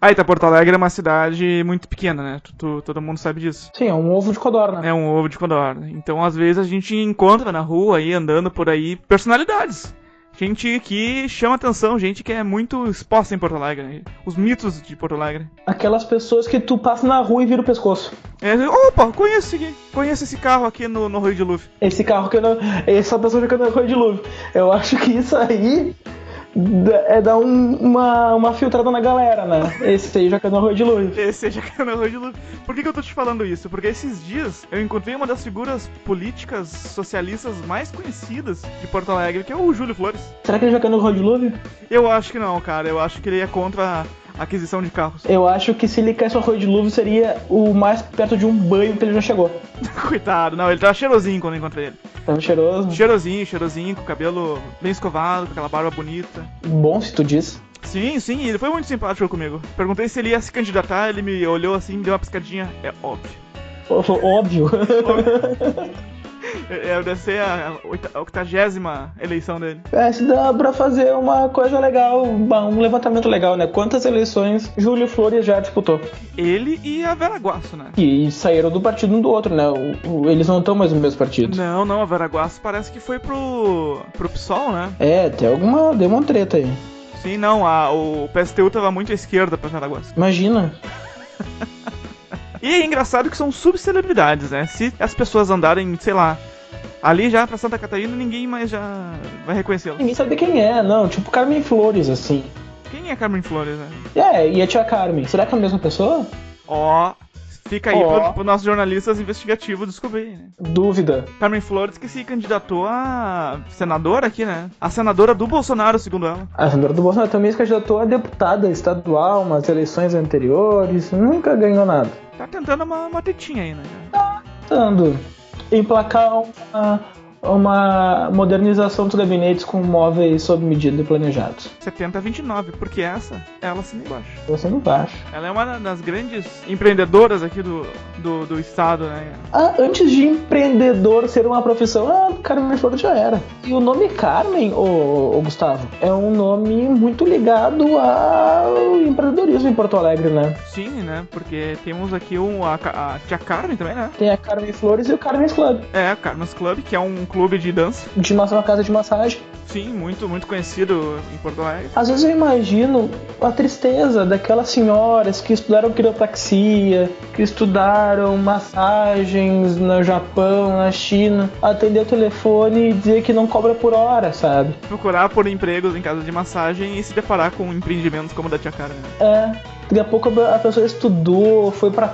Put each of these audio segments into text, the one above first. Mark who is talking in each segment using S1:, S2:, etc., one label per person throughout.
S1: Aí tá, Porto Alegre é uma cidade muito pequena, né? Tu- tu- todo mundo sabe disso.
S2: Sim, é um ovo de codorna.
S1: É um ovo de codorna. Então, às vezes, a gente encontra na rua aí, andando por aí, personalidades. Gente que chama atenção, gente que é muito exposta em Porto Alegre. né? Os mitos de Porto Alegre.
S2: Aquelas pessoas que tu passa na rua e vira o pescoço.
S1: É, opa, conheço esse aqui. Conheço esse carro aqui no, no Rio de Luffy.
S2: Esse carro que eu não. Essa pessoa jogando na rua de luva. Eu acho que isso aí dá- é dar um- uma, uma filtrada na galera, né? Esse aí jogando na rua de luva.
S1: Esse já caiu no Rio de Luffy. Por que, que eu tô te falando isso? Porque esses dias eu encontrei uma das figuras políticas socialistas mais conhecidas de Porto Alegre, que é o Júlio Flores.
S2: Será que ele jogando na rua de luva?
S1: Eu acho que não, cara. Eu acho que ele é contra a aquisição de carros.
S2: Eu acho que se ele caísse na rua de luva seria o mais perto de um banho que ele já chegou.
S1: Coitado, não, ele tá cheirosinho quando eu encontrei ele.
S2: Tava cheiroso.
S1: Cheirosinho, cheirosinho, com o cabelo bem escovado, com aquela barba bonita.
S2: Bom, se tu diz.
S1: Sim, sim, ele foi muito simpático comigo. Perguntei se ele ia se candidatar, ele me olhou assim, me deu uma piscadinha. É óbvio.
S2: Ó- ó- Óbvio.
S1: É, é, deve ser a oita- a octagésima eleição dele.
S2: É, se dá pra fazer uma coisa legal, uma- um levantamento legal, né? Quantas eleições Júlio Flores já disputou?
S1: Ele e a Vera Guasso, né?
S2: E saíram do partido um do outro, né? O- o- eles não estão mais no mesmo partido.
S1: Não, não, a Vera Guasso parece que foi pro, pro PSOL, né?
S2: É, tem alguma. Deu uma treta aí.
S1: Sim, não, a- o PSTU tava muito à esquerda pra Vera Guasso.
S2: Imagina.
S1: E é engraçado que são subcelebridades, né? Se as pessoas andarem, sei lá, ali já pra Santa Catarina, ninguém mais já vai reconhecê-la.
S2: Ninguém sabe quem é, não. Tipo Carmen Flores, assim.
S1: Quem é Carmen Flores, né?
S2: É, e a tia Carmen. Será que é a mesma pessoa?
S1: Ó, fica aí
S2: Ó.
S1: pro, pro nosso jornalistas investigativo descobrir, né?
S2: Dúvida.
S1: Carmen Flores que se candidatou a senadora aqui, né? A senadora do Bolsonaro, segundo ela.
S2: A Sandra do Bolsonaro também se candidatou a deputada estadual nas eleições anteriores, nunca ganhou nada.
S1: Tá tentando uma, uma tetinha aí, né?
S2: Tentando emplacar uma, uma modernização dos gabinetes com móveis sob medida e planejados.
S1: 70 a 29, porque essa, ela se negócio.
S2: Tô sendo baixo.
S1: Ela é uma da- das grandes empreendedoras aqui do, do, do estado, né?
S2: Ah, antes de empreendedor ser uma profissão, ah, Carmen Flores já era. E o nome Carmen, ô, ô Gustavo, é um nome muito ligado ao empreendedorismo em Porto Alegre, né?
S1: Sim, né? Porque temos aqui um, a, Ca- a tia Carmen também, né?
S2: Tem a Carmen Flores e o Carmen's Club,
S1: É, a Carmen's Club, que é um clube de dança.
S2: de massa uma casa de massagem.
S1: Sim, muito, muito conhecido em Porto Alegre.
S2: Às vezes eu imagino a tristeza daquelas senhoras que estudaram quiropraxia, que estudaram massagens no Japão, na China, atender o telefone e dizer que não cobra por hora, sabe?
S1: Procurar por empregos em casa de massagem e se deparar com empreendimentos como o da tia Carmen. né?
S2: É, daqui a pouco a pessoa estudou, foi pra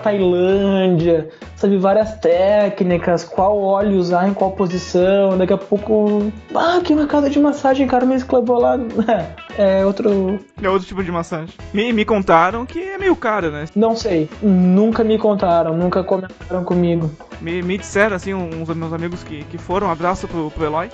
S2: Tailândia, sabe várias técnicas, qual óleo usar em qual posição, daqui a pouco, ah, que uma casa de massagem, cara, mas clavou lá, é outro,
S1: É outro tipo de massagem. Me, me contaram que é meio caro, né?
S2: não sei, nunca me contaram, nunca comentaram comigo.
S1: Me, me disseram, assim, uns dos meus amigos que, que foram, um abraço pro, pro Eloy,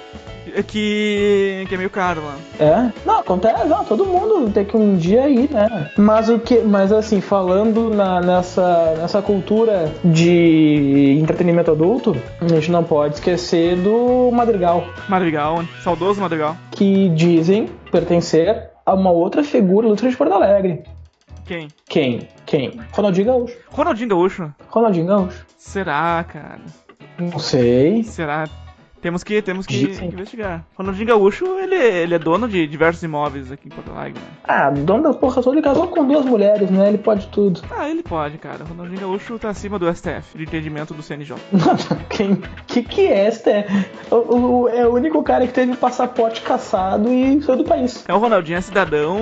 S1: é que, que é meio caro lá.
S2: É? Não, acontece, não, todo mundo tem que um dia ir, né? Mas o que. Mas assim, falando na- nessa, nessa cultura de entretenimento adulto, a gente não pode esquecer do Madrigal,
S1: Madrigal, saudoso Madrigal.
S2: que dizem pertencer a uma outra figura ilustre de Porto Alegre.
S1: Quem?
S2: Quem? Quem? Ronaldinho Gaúcho.
S1: Ronaldinho Gaúcho.
S2: Ronaldinho Gaúcho.
S1: Será, cara?
S2: Não sei.
S1: Será? Temos que, temos que
S2: Dizem.
S1: investigar. Ronaldinho Gaúcho, ele, ele é dono de diversos imóveis aqui em Porto Alegre. né?
S2: Ah, dono da porra toda, ele casou com duas mulheres, né? Ele pode tudo.
S1: Ah, ele pode, cara. Ronaldinho Gaúcho tá acima do STF, de entendimento do CNJ.
S2: Quem, que que é este? É o, o- é o único cara que teve passaporte caçado e saiu do país.
S1: É, o Ronaldinho é cidadão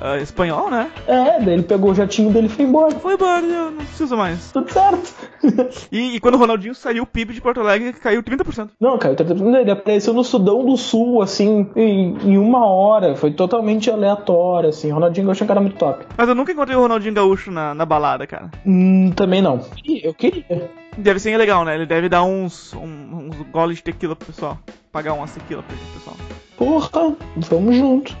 S1: ah, espanhol, né?
S2: É, daí ele pegou o jatinho dele e foi embora.
S1: Foi embora, eu não preciso mais.
S2: Tudo certo.
S1: E, e quando o Ronaldinho saiu, o PIB de Porto Alegre caiu 30%.
S2: Não, cara, tá ele apareceu no Sudão do Sul, assim, em, em uma hora. Foi totalmente aleatório, assim. Ronaldinho Gaúcho é um cara muito top.
S1: Mas eu nunca encontrei o Ronaldinho Gaúcho na, na balada, cara.
S2: Hum, também não. Ih, Eu queria.
S1: Deve ser legal, né? Ele deve dar uns, um- uns goles de tequila pro pessoal. Pagar umas tequila pro pessoal.
S2: Porra, vamos junto.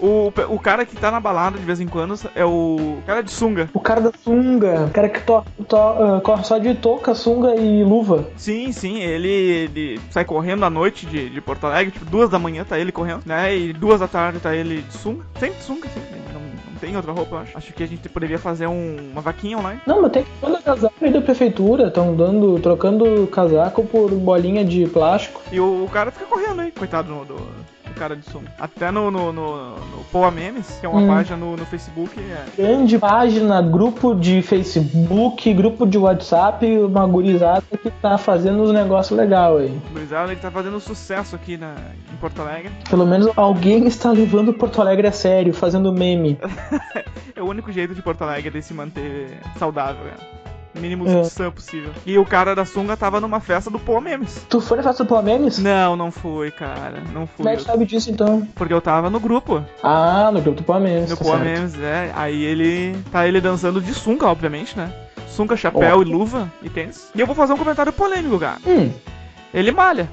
S1: O, o cara que tá na balada de vez em quando é o cara de sunga.
S2: O cara da sunga, o cara que to, to- ah, corre só de touca, sunga e luva.
S1: Sim, sim, ele, ele sai correndo à noite de, de Porto Alegre, tipo, duas da manhã tá ele correndo, né? E duas da tarde tá ele de sunga. Sempre de sunga, assim, né? não, não Não tem outra roupa, eu acho. Acho que a gente poderia fazer um- uma vaquinha online.
S2: Não, mas tem que toda casaco aí da prefeitura, estão dando, trocando casaco por bolinha de plástico.
S1: E o, o cara fica correndo aí, coitado do, do, do cara de sumo. Até no, no, no, no Poa Memes, que é uma
S2: Hum.
S1: página no, no Facebook, é,
S2: Grande página, grupo de Facebook, grupo de WhatsApp, uma gurizada que tá fazendo uns negócios legais aí.
S1: o Gurizada, ele tá fazendo sucesso aqui na, em Porto Alegre.
S2: Pelo menos alguém está levando Porto Alegre a sério, fazendo meme.
S1: É o único jeito de Porto Alegre é de se manter saudável, cara. Mínimo
S2: É.
S1: de sã possível. E o cara da sunga tava numa festa do Poa Memes.
S2: Tu foi na festa do Palmeiras?
S1: Não, não fui, cara. Não fui.
S2: Como é que sabe disso então?
S1: Porque eu tava no grupo.
S2: Ah, no grupo do Palmeiras.
S1: No
S2: tá
S1: Poa
S2: certo.
S1: Memes, é. Aí ele. Tá ele dançando de sunga, obviamente, né? Sunga, chapéu e luva e tênis. E eu vou fazer um comentário polêmico, cara.
S2: Hum,
S1: Ele malha,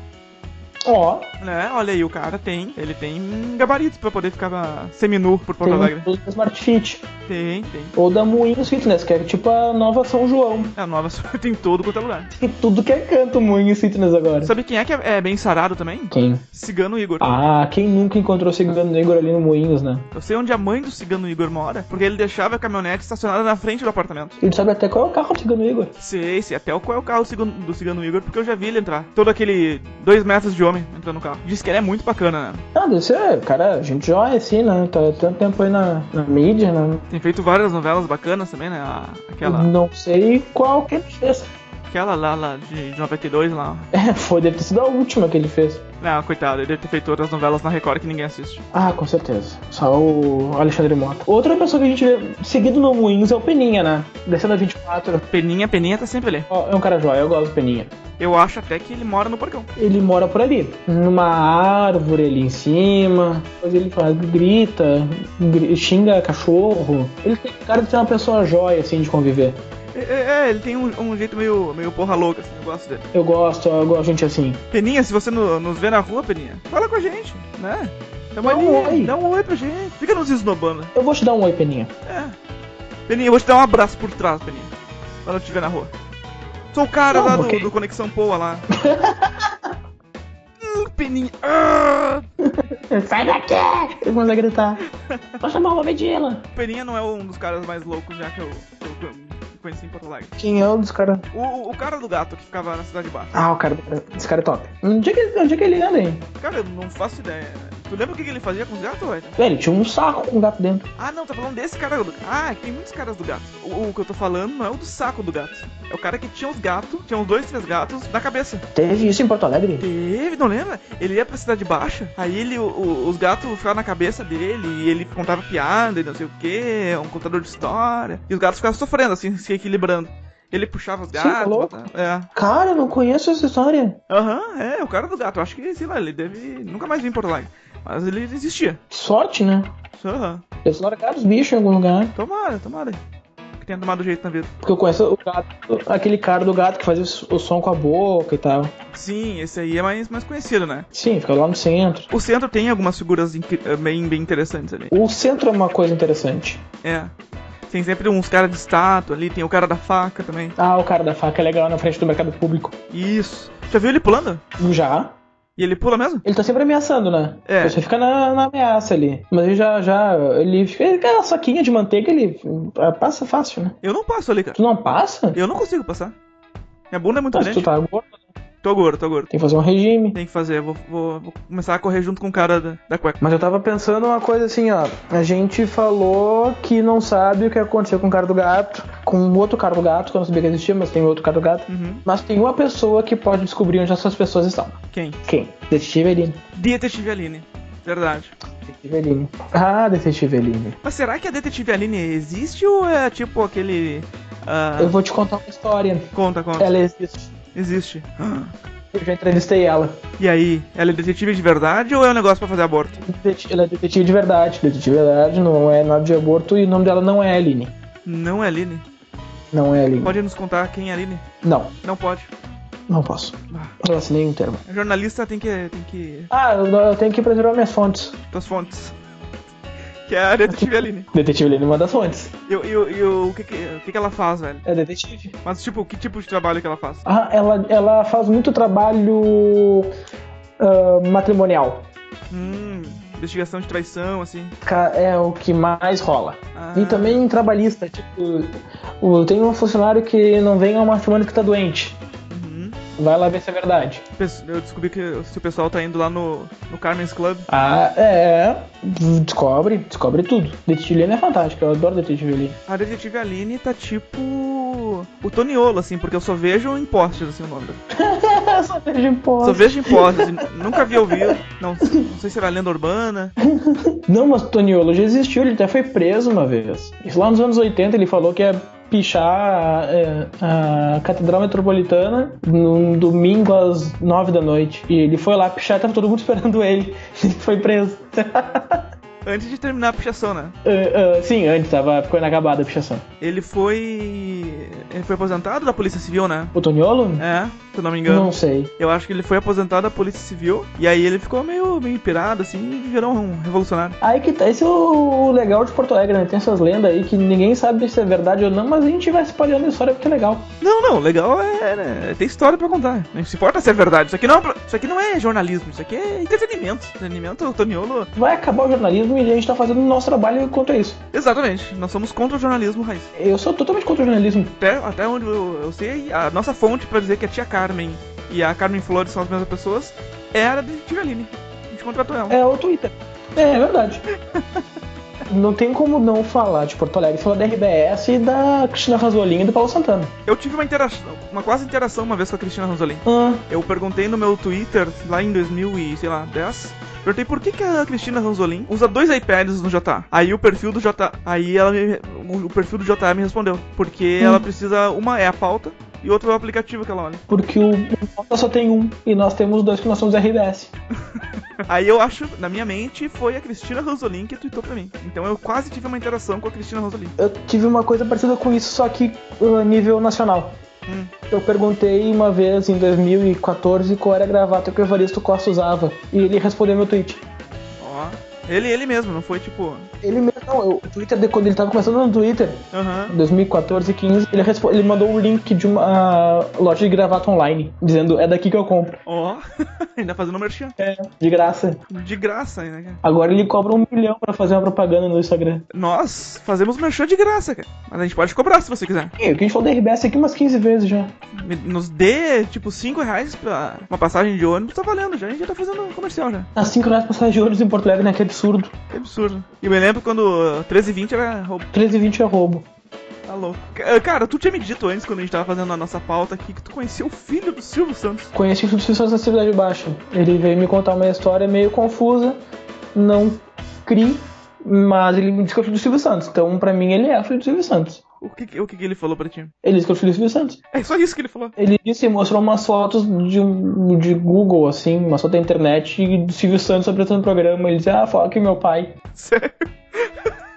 S2: ó,
S1: né? Olha aí, o cara tem. Ele tem gabaritos pra poder ficar ah, seminu por Porto Alegre.
S2: tem o Smart Fit.
S1: Tem, tem. É,
S2: Ou da Moinhos Fitness, que é tipo a nova São João.
S1: A nova tem todo quanto é lugar.
S2: E tudo que é canto Moinhos Fitness agora.
S1: Sabe quem é que é, é bem sarado também?
S2: Quem?
S1: Cigano Igor.
S2: Ah, quem nunca encontrou Cigano Igor ali no Moinhos, né?
S1: Eu sei onde a mãe do Cigano Igor mora, porque ele deixava a caminhonete estacionada na frente do apartamento.
S2: Ele sabe até qual é o carro do Cigano Igor.
S1: Sei, sei até qual é o carro do Cigano, do Cigano Igor, porque eu já vi ele entrar. Todo aquele dois metros de homem entrando no carro. Diz que ele é muito bacana, né?
S2: Ah, deve ser, cara, a gente joia assim, né? Tá tanto tempo aí na, na mídia, né?
S1: Tem feito várias novelas bacanas também, né? A- aquela,
S2: Não sei qual que ele fez.
S1: aquela lá, lá de, de 92 lá.
S2: É, foi, deve ter sido a última que ele fez.
S1: Não, coitado, ele deve ter feito outras novelas na Record que ninguém assiste.
S2: Ah, com certeza. Só o Alexandre Mota. Outra pessoa que a gente vê seguido no Moinhos é o Peninha, né? Descendo a 24.
S1: Peninha, Peninha tá sempre ali.
S2: Ó, É um cara joia, eu gosto do Peninha.
S1: Eu acho até que ele mora no porcão.
S2: Ele mora por ali, numa árvore ali em cima. Depois ele faz, grita, gri- xinga cachorro. Ele tem cara de ser uma pessoa joia, assim, de conviver.
S1: É, é, é, ele tem um, um jeito meio, meio porra louca, assim, eu gosto dele.
S2: Eu gosto, eu gosto de gente assim.
S1: Peninha, se você no- nos vê na rua, Peninha, fala com a gente, né? Tamo
S2: Dá
S1: ali,
S2: um oi.
S1: dá um oi pra gente. Fica nos esnobando.
S2: Eu vou te dar um oi, Peninha.
S1: É. Peninha, eu vou te dar um abraço por trás, Peninha. Quando eu te ver na rua. Sou o cara
S2: Não,
S1: lá do,
S2: porque-
S1: do Conexão Poa lá. hum, Peninha. Ah!
S2: Sai daqui! Ele começa a gritar. Vou chamar o Obedila.
S1: Peninha não é um dos caras mais loucos já que eu, que eu con- conheci em Porto Alegre.
S2: Quem é o dos caras?
S1: O- O, o cara do gato que ficava na Cidade Baixa.
S2: Ah, o cara, esse cara é top. Onde é que, onde é que ele anda, hein?
S1: Cara, eu não faço ideia. Tu lembra o que que ele fazia com os gatos, velho?
S2: Velho, tinha um saco com gato dentro.
S1: Ah, não, tá falando desse cara. do- Ah, tem muitos caras do gato. O, o que eu tô falando não é o do saco do gato. É o cara que tinha os gatos, tinha uns dois, três gatos na cabeça.
S2: Teve isso em Porto Alegre?
S1: Teve, não lembra? Ele ia pra Cidade Baixa, aí ele, o- o- os gatos ficavam na cabeça dele, e ele contava piada e não sei o que, um contador de história. E os gatos ficavam sofrendo, assim, se equilibrando. Ele puxava os
S2: Sim, tá
S1: gatos.
S2: louco.
S1: botava- É.
S2: Cara, eu não conheço essa história.
S1: Aham, é, o cara do gato. Eu acho que, sei lá, ele deve. Nunca mais vim em Porto Alegre. Mas ele existia.
S2: Que sorte, né?
S1: Aham.
S2: Eles largaram os bichos em algum lugar.
S1: Tomara, tomara. Que tenha tomado jeito na vida.
S2: Porque eu conheço o gato, aquele cara do gato que fazia o som com a boca e tal.
S1: Sim, esse aí é mais, mais conhecido, né?
S2: Sim, fica lá no centro.
S1: O centro tem algumas figuras inque- eh, bem, bem interessantes ali.
S2: O centro é uma coisa interessante.
S1: É. Tem sempre uns caras de estátua ali, tem o cara da faca também.
S2: Ah, o cara da faca é legal na frente do mercado público.
S1: Isso. Já viu ele pulando?
S2: Já.
S1: E ele pula mesmo?
S2: Ele tá sempre ameaçando, né?
S1: É.
S2: Ele só fica na, na ameaça ali. Mas ele já, já. Ele fica. Ele, aquela saquinha de manteiga, ele ah, passa fácil, né?
S1: Eu não passo ali, cara.
S2: Tu não passa?
S1: Eu não consigo passar. Minha bunda é muito
S2: Mas tu
S1: grande.
S2: tá gordo,
S1: Tô gordo, tô gordo.
S2: tem que fazer um regime.
S1: Tem que fazer, vou, vou, vou começar a correr junto com o cara da, da cueca.
S2: Mas eu tava pensando uma coisa assim, ó. A gente falou que não sabe o que aconteceu com o cara do gato, com um outro cara do gato, que eu não sabia que existia, mas tem outro cara do gato.
S1: Uhum.
S2: Mas tem uma pessoa que pode descobrir onde essas pessoas estão.
S1: Quem?
S2: Quem? Detetive Eline.
S1: Detetive Aline. Verdade.
S2: Detetive Eline. Ah, Detetive Eline.
S1: Mas será que a Detetive Aline existe ou é tipo aquele. ah,
S2: Eu vou te contar uma história.
S1: Conta, conta.
S2: Ela existe.
S1: Existe. Ah.
S2: Eu já entrevistei ela.
S1: E aí, ela é detetive de verdade ou é um negócio pra fazer aborto?
S2: Dete- Ela é detetive de verdade. Detetive de verdade não é nada de aborto e o nome dela não é Eline.
S1: Não é Aline.
S2: Não é Eline.
S1: Pode nos contar quem é Aline?
S2: Não,
S1: Não pode.
S2: não posso.
S1: Ah,
S2: Eu assinei um termo.
S1: A jornalista tem que. tem que.
S2: Ah, eu, eu tenho que preservar minhas fontes.
S1: tuas fontes. Que é a detetive Aline.
S2: Detetive Eline é uma das fontes.
S1: E, o- e, o- e o, o que, que- o que que ela faz, velho?
S2: É detetive.
S1: Mas tipo, que tipo de trabalho que ela faz?
S2: Ah, ela, ela faz muito trabalho ah, matrimonial.
S1: Hum, investigação de traição, assim.
S2: Ca- É o que mais rola.
S1: Ah.
S2: E também trabalhista, tipo, o- tem um funcionário que não vem há uma semana que tá doente.
S1: Uhum.
S2: Vai lá ver se é verdade.
S1: Pes- Eu descobri que se o pessoal tá indo lá no, no Carmen's Club.
S2: Ah, é. Descobre, descobre tudo. Detetive Lane é fantástico, eu adoro Detetive Lane.
S1: A detetive Aline tá tipo. O Toniolo, assim, porque eu só vejo em postes, assim, o nome. dela.
S2: Só vejo em posse.
S1: Só vejo em postes, assim, nunca vi ouvido. Não, não sei se era lenda urbana.
S2: Não, mas o Toniolo já existiu, ele até foi preso uma vez. Isso lá nos anos 80 ele falou que ia pichar é, a, Catedral Metropolitana num domingo às 9 da noite. E ele foi lá pichar, tava todo mundo esperando ele. Ele foi preso.
S1: Antes de terminar a pichação, né?
S2: Ah, ah, sim, antes, tava ficando acabada a pichação.
S1: Ele foi. Ele foi aposentado da Polícia Civil, né?
S2: O Toniolo?
S1: É, se eu não me engano.
S2: Não sei.
S1: Eu acho que ele foi aposentado da Polícia Civil. E aí ele ficou meio, meio pirado, assim, e virou um revolucionário.
S2: Aí que tá, esse é o legal de Porto Alegre, né? Tem essas lendas aí que ninguém sabe se é verdade ou não, mas a gente vai espalhando a história porque é legal.
S1: Não, não, legal é. Né? Tem história pra contar. Não se importa se é verdade. Isso aqui não é, pro- isso aqui não é jornalismo, isso aqui é entretenimento. Entretenimento, o Toniolo.
S2: Vai acabar o jornalismo e a gente tá fazendo o nosso trabalho contra isso.
S1: Exatamente, nós somos contra o jornalismo raiz.
S2: Eu sou totalmente contra o jornalismo.
S1: Até, até onde eu, eu sei, a nossa fonte pra dizer que a tia Carmen e a Carmen Flores são as mesmas pessoas era a detetive Aline. A gente contratou ela.
S2: É o Twitter. É, é verdade. Não tem como não falar de Porto Alegre, falar da RBS e da Cristina Rasolini e do Paulo Santana.
S1: Eu tive uma interação, uma quase interação uma vez com a Cristina Ranzolin.
S2: Ah,
S1: Eu perguntei no meu Twitter, lá em 2010, perguntei por que, que a Cristina Ranzolin usa dois iPads no JA. Aí o perfil do JA, aí ela me, o perfil do JA me respondeu, porque
S2: Hum.
S1: ela precisa, uma é a pauta e outra é o aplicativo que ela olha.
S2: porque o o Paulo só tem um e nós temos dois que nós somos RBS.
S1: Aí eu acho, na minha mente, foi a Cristina Ranzolin que tweetou pra mim. Então eu quase tive uma interação com a Cristina Ranzolin.
S2: Eu tive uma coisa parecida com isso, só que uh, a nível nacional.
S1: Hum.
S2: Eu perguntei uma vez em 2014 qual era a gravata que o Evaristo Costa usava. E ele respondeu meu tweet.
S1: Ó. Ele, ele mesmo, não foi tipo.
S2: Ele mesmo, não, eu- o Twitter, de- quando ele tava começando no Twitter,
S1: Aham.
S2: 2014, 15, ele, respo- ele mandou o link de uma ah, loja de gravata online, dizendo é daqui que eu compro.
S1: Ó. Ainda fazendo merchan.
S2: É. De graça.
S1: De graça, né, cara?
S2: Agora ele cobra um milhão pra fazer uma propaganda no Instagram.
S1: Nós fazemos merchan de graça, cara. Mas a gente pode cobrar se você quiser.
S2: E o que a gente falou da RBS aqui umas 15 vezes já.
S1: Me- Nos dê, tipo, 5 reais pra uma passagem de ônibus, tá valendo já. A gente já tá fazendo um comercial já.
S2: As 5 reais passagem de ônibus em Porto Alegre, né? Que absurdo.
S1: Que absurdo. E eu me lembro quando uh, 13h20 era roubo.
S2: 13,20 é roubo.
S1: Tá louco. Ca- Cara, tu tinha me dito antes, quando a gente tava fazendo a nossa pauta aqui, que tu conhecia o filho do Silvio Santos.
S2: Conheci o professor da Cidade Baixa. Ele veio me contar uma história meio confusa, não cri, mas ele me disse que é o filho do Silvio Santos. Então, pra mim, ele é o filho do Silvio Santos.
S1: O que, que- o que, que ele falou pra ti?
S2: Ele disse que é o filho do Silvio Santos.
S1: É só isso que ele falou.
S2: Ele disse, mostrou umas fotos de, um- de Google, assim, uma foto da internet e do Silvio Santos apresentando o programa. Ele disse, ah, fala que meu pai.
S1: Sério.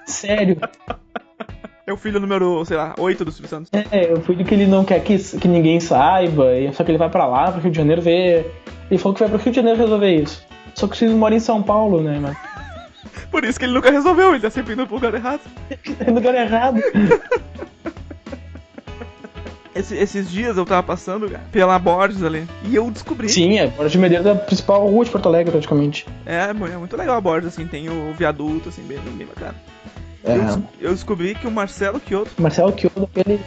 S2: Sério.
S1: É o filho número, sei lá, 8 do Silvio Santos.
S2: É, eu fui do que ele não quer que, que ninguém saiba, e- só que ele vai pra lá, pro Rio de Janeiro ver. Ele falou que vai pro Rio de Janeiro resolver isso. Só que o Silvio mora em São Paulo, né, mano?
S1: Por isso que ele nunca resolveu, ele tá sempre indo pro lugar errado.
S2: É no lugar errado.
S1: Esse- esses dias eu tava passando cara, pela Borges ali. E eu descobri.
S2: Sim, é. Borges de Medeiros é a principal rua de Porto Alegre, praticamente.
S1: É, mu- é muito legal a Borges, assim, tem o viaduto, assim, bem, bem bacana.
S2: É.
S1: Eu, des- eu descobri que o Marcelo Kioto,
S2: Marcelo Kiodo, aquele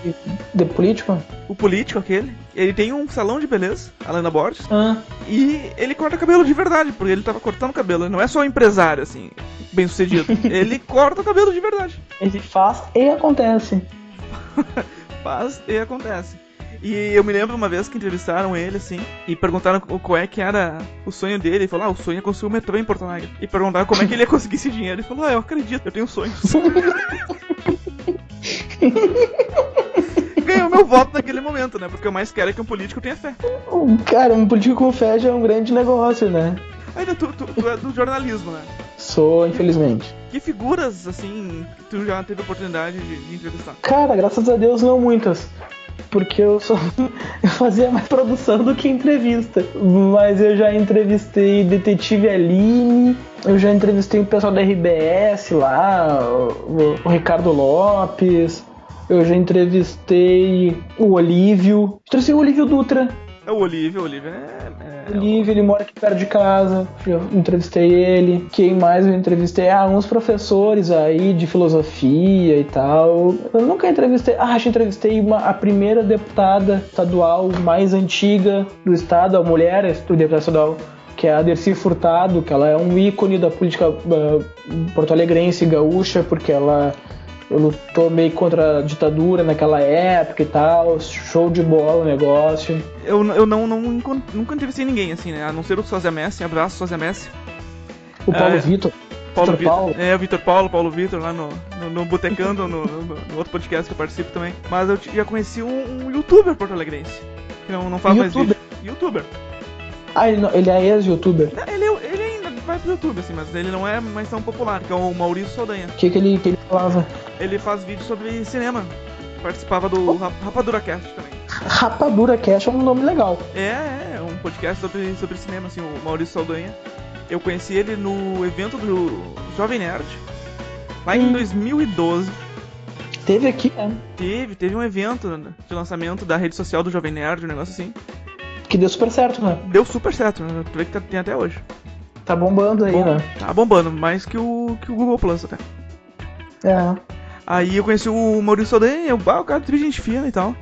S2: de político.
S1: o político aquele, ele tem um salão de beleza, Alana Borges,
S2: Ah,
S1: e ele corta cabelo de verdade, porque ele tava cortando cabelo. Ele não é só um empresário, assim, bem sucedido. ele corta cabelo de verdade.
S2: ele faz e acontece.
S1: Faz e acontece. E eu me lembro uma vez que entrevistaram ele, assim, e perguntaram o- qual é que era o sonho dele. Ele falou, ah, o sonho é construir um metrô em Porto Alegre. E perguntaram como é que ele ia conseguir esse dinheiro. Ele falou, ah, eu acredito, eu tenho sonhos. Ganhou meu voto naquele momento, né? Porque eu mais quero é que um político tenha fé.
S2: Um- Cara, um político com fé já é um grande negócio, né?
S1: Ainda tu, tu, tu é do jornalismo, né?
S2: Sou, infelizmente.
S1: Que figuras, assim, que tu já teve oportunidade de, de entrevistar?
S2: Cara, graças a Deus não muitas. Porque eu só eu fazia mais produção do que entrevista. Mas eu já entrevistei Detetive Aline, eu já entrevistei o pessoal da RBS lá, o, o Ricardo Lopes, eu já entrevistei o Olívio. Entrevistei o Olívio Dutra,
S1: É o Olivia, o Olivia é.
S2: O Livre, ele mora aqui perto de casa. Eu entrevistei ele. Quem mais eu entrevistei? Ah, uns professores aí de filosofia e tal. Eu nunca entrevistei. Ah, já entrevistei uma, a primeira deputada estadual mais antiga do estado, a mulher do deputada estadual. Que é a Dercy Furtado, que ela é um ícone da política ah, porto-alegrense gaúcha, porque ela lutou meio contra a ditadura naquela época e tal. Show de bola o negócio.
S1: Eu, eu não, não encon- nunca entrevistei ninguém, assim, né? A não ser o Sozia Messi, abraço, Sozia Messi.
S2: O Paulo
S1: É.
S2: Vitor.
S1: Paulo
S2: Vitor
S1: Vitor.
S2: Paulo.
S1: É, o Vitor Paulo, Paulo Vitor, lá no, no, no Botecando, no, no- no outro podcast que eu participo também. Mas eu t- já conheci um, um youtuber porto-alegrense. Que não, não faz
S2: Youtuber?
S1: mais vídeo. Youtuber.
S2: Ah, ele, não- ele é ex-youtuber.
S1: Não, Ele, é- ele ainda vai pro YouTube, assim, mas ele não é mais tão popular, que é o Maurício Sodanha.
S2: O que, que, ele, que ele falava?
S1: Ele faz vídeo sobre cinema. Participava do
S2: Oh.
S1: Ra- Rapadura Cast também.
S2: Rapadura Cash é um nome legal.
S1: É, é, um podcast sobre, sobre cinema, assim, o Maurício Saldanha. Eu conheci ele no evento do Jovem Nerd, lá em
S2: Hum.
S1: 2012.
S2: Teve aqui, né?
S1: Teve, teve um evento de lançamento da rede social do Jovem Nerd, um negócio assim.
S2: Que deu super certo, né?
S1: Deu super certo, né? Tu vê que tá- tem até hoje.
S2: Tá bombando aí, né?
S1: Tá bombando, mais que o, que o Google Plus até.
S2: É.
S1: Aí eu conheci o Maurício Saldanha, eu, ah, o cara de gente fina e tal.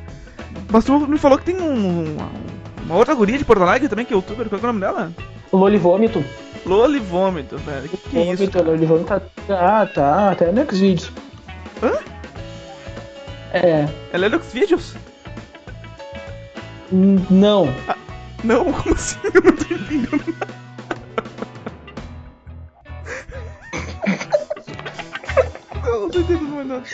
S1: Mas tu me falou que tem um, uma, uma outra guria de Porto Alegre também, que é youtuber, qual é o nome dela?
S2: Loli Vômito.
S1: Loli Vômito, velho. Que, que é isso?
S2: Vômito, Loli Vômito. Ah, tá. Até no Xvideos.
S1: Hã?
S2: É.
S1: Ela é Lux Videos?
S2: Hum, Não.
S1: Não, como assim? Eu não tô entendendo. Eu não tô entendendo mais nada.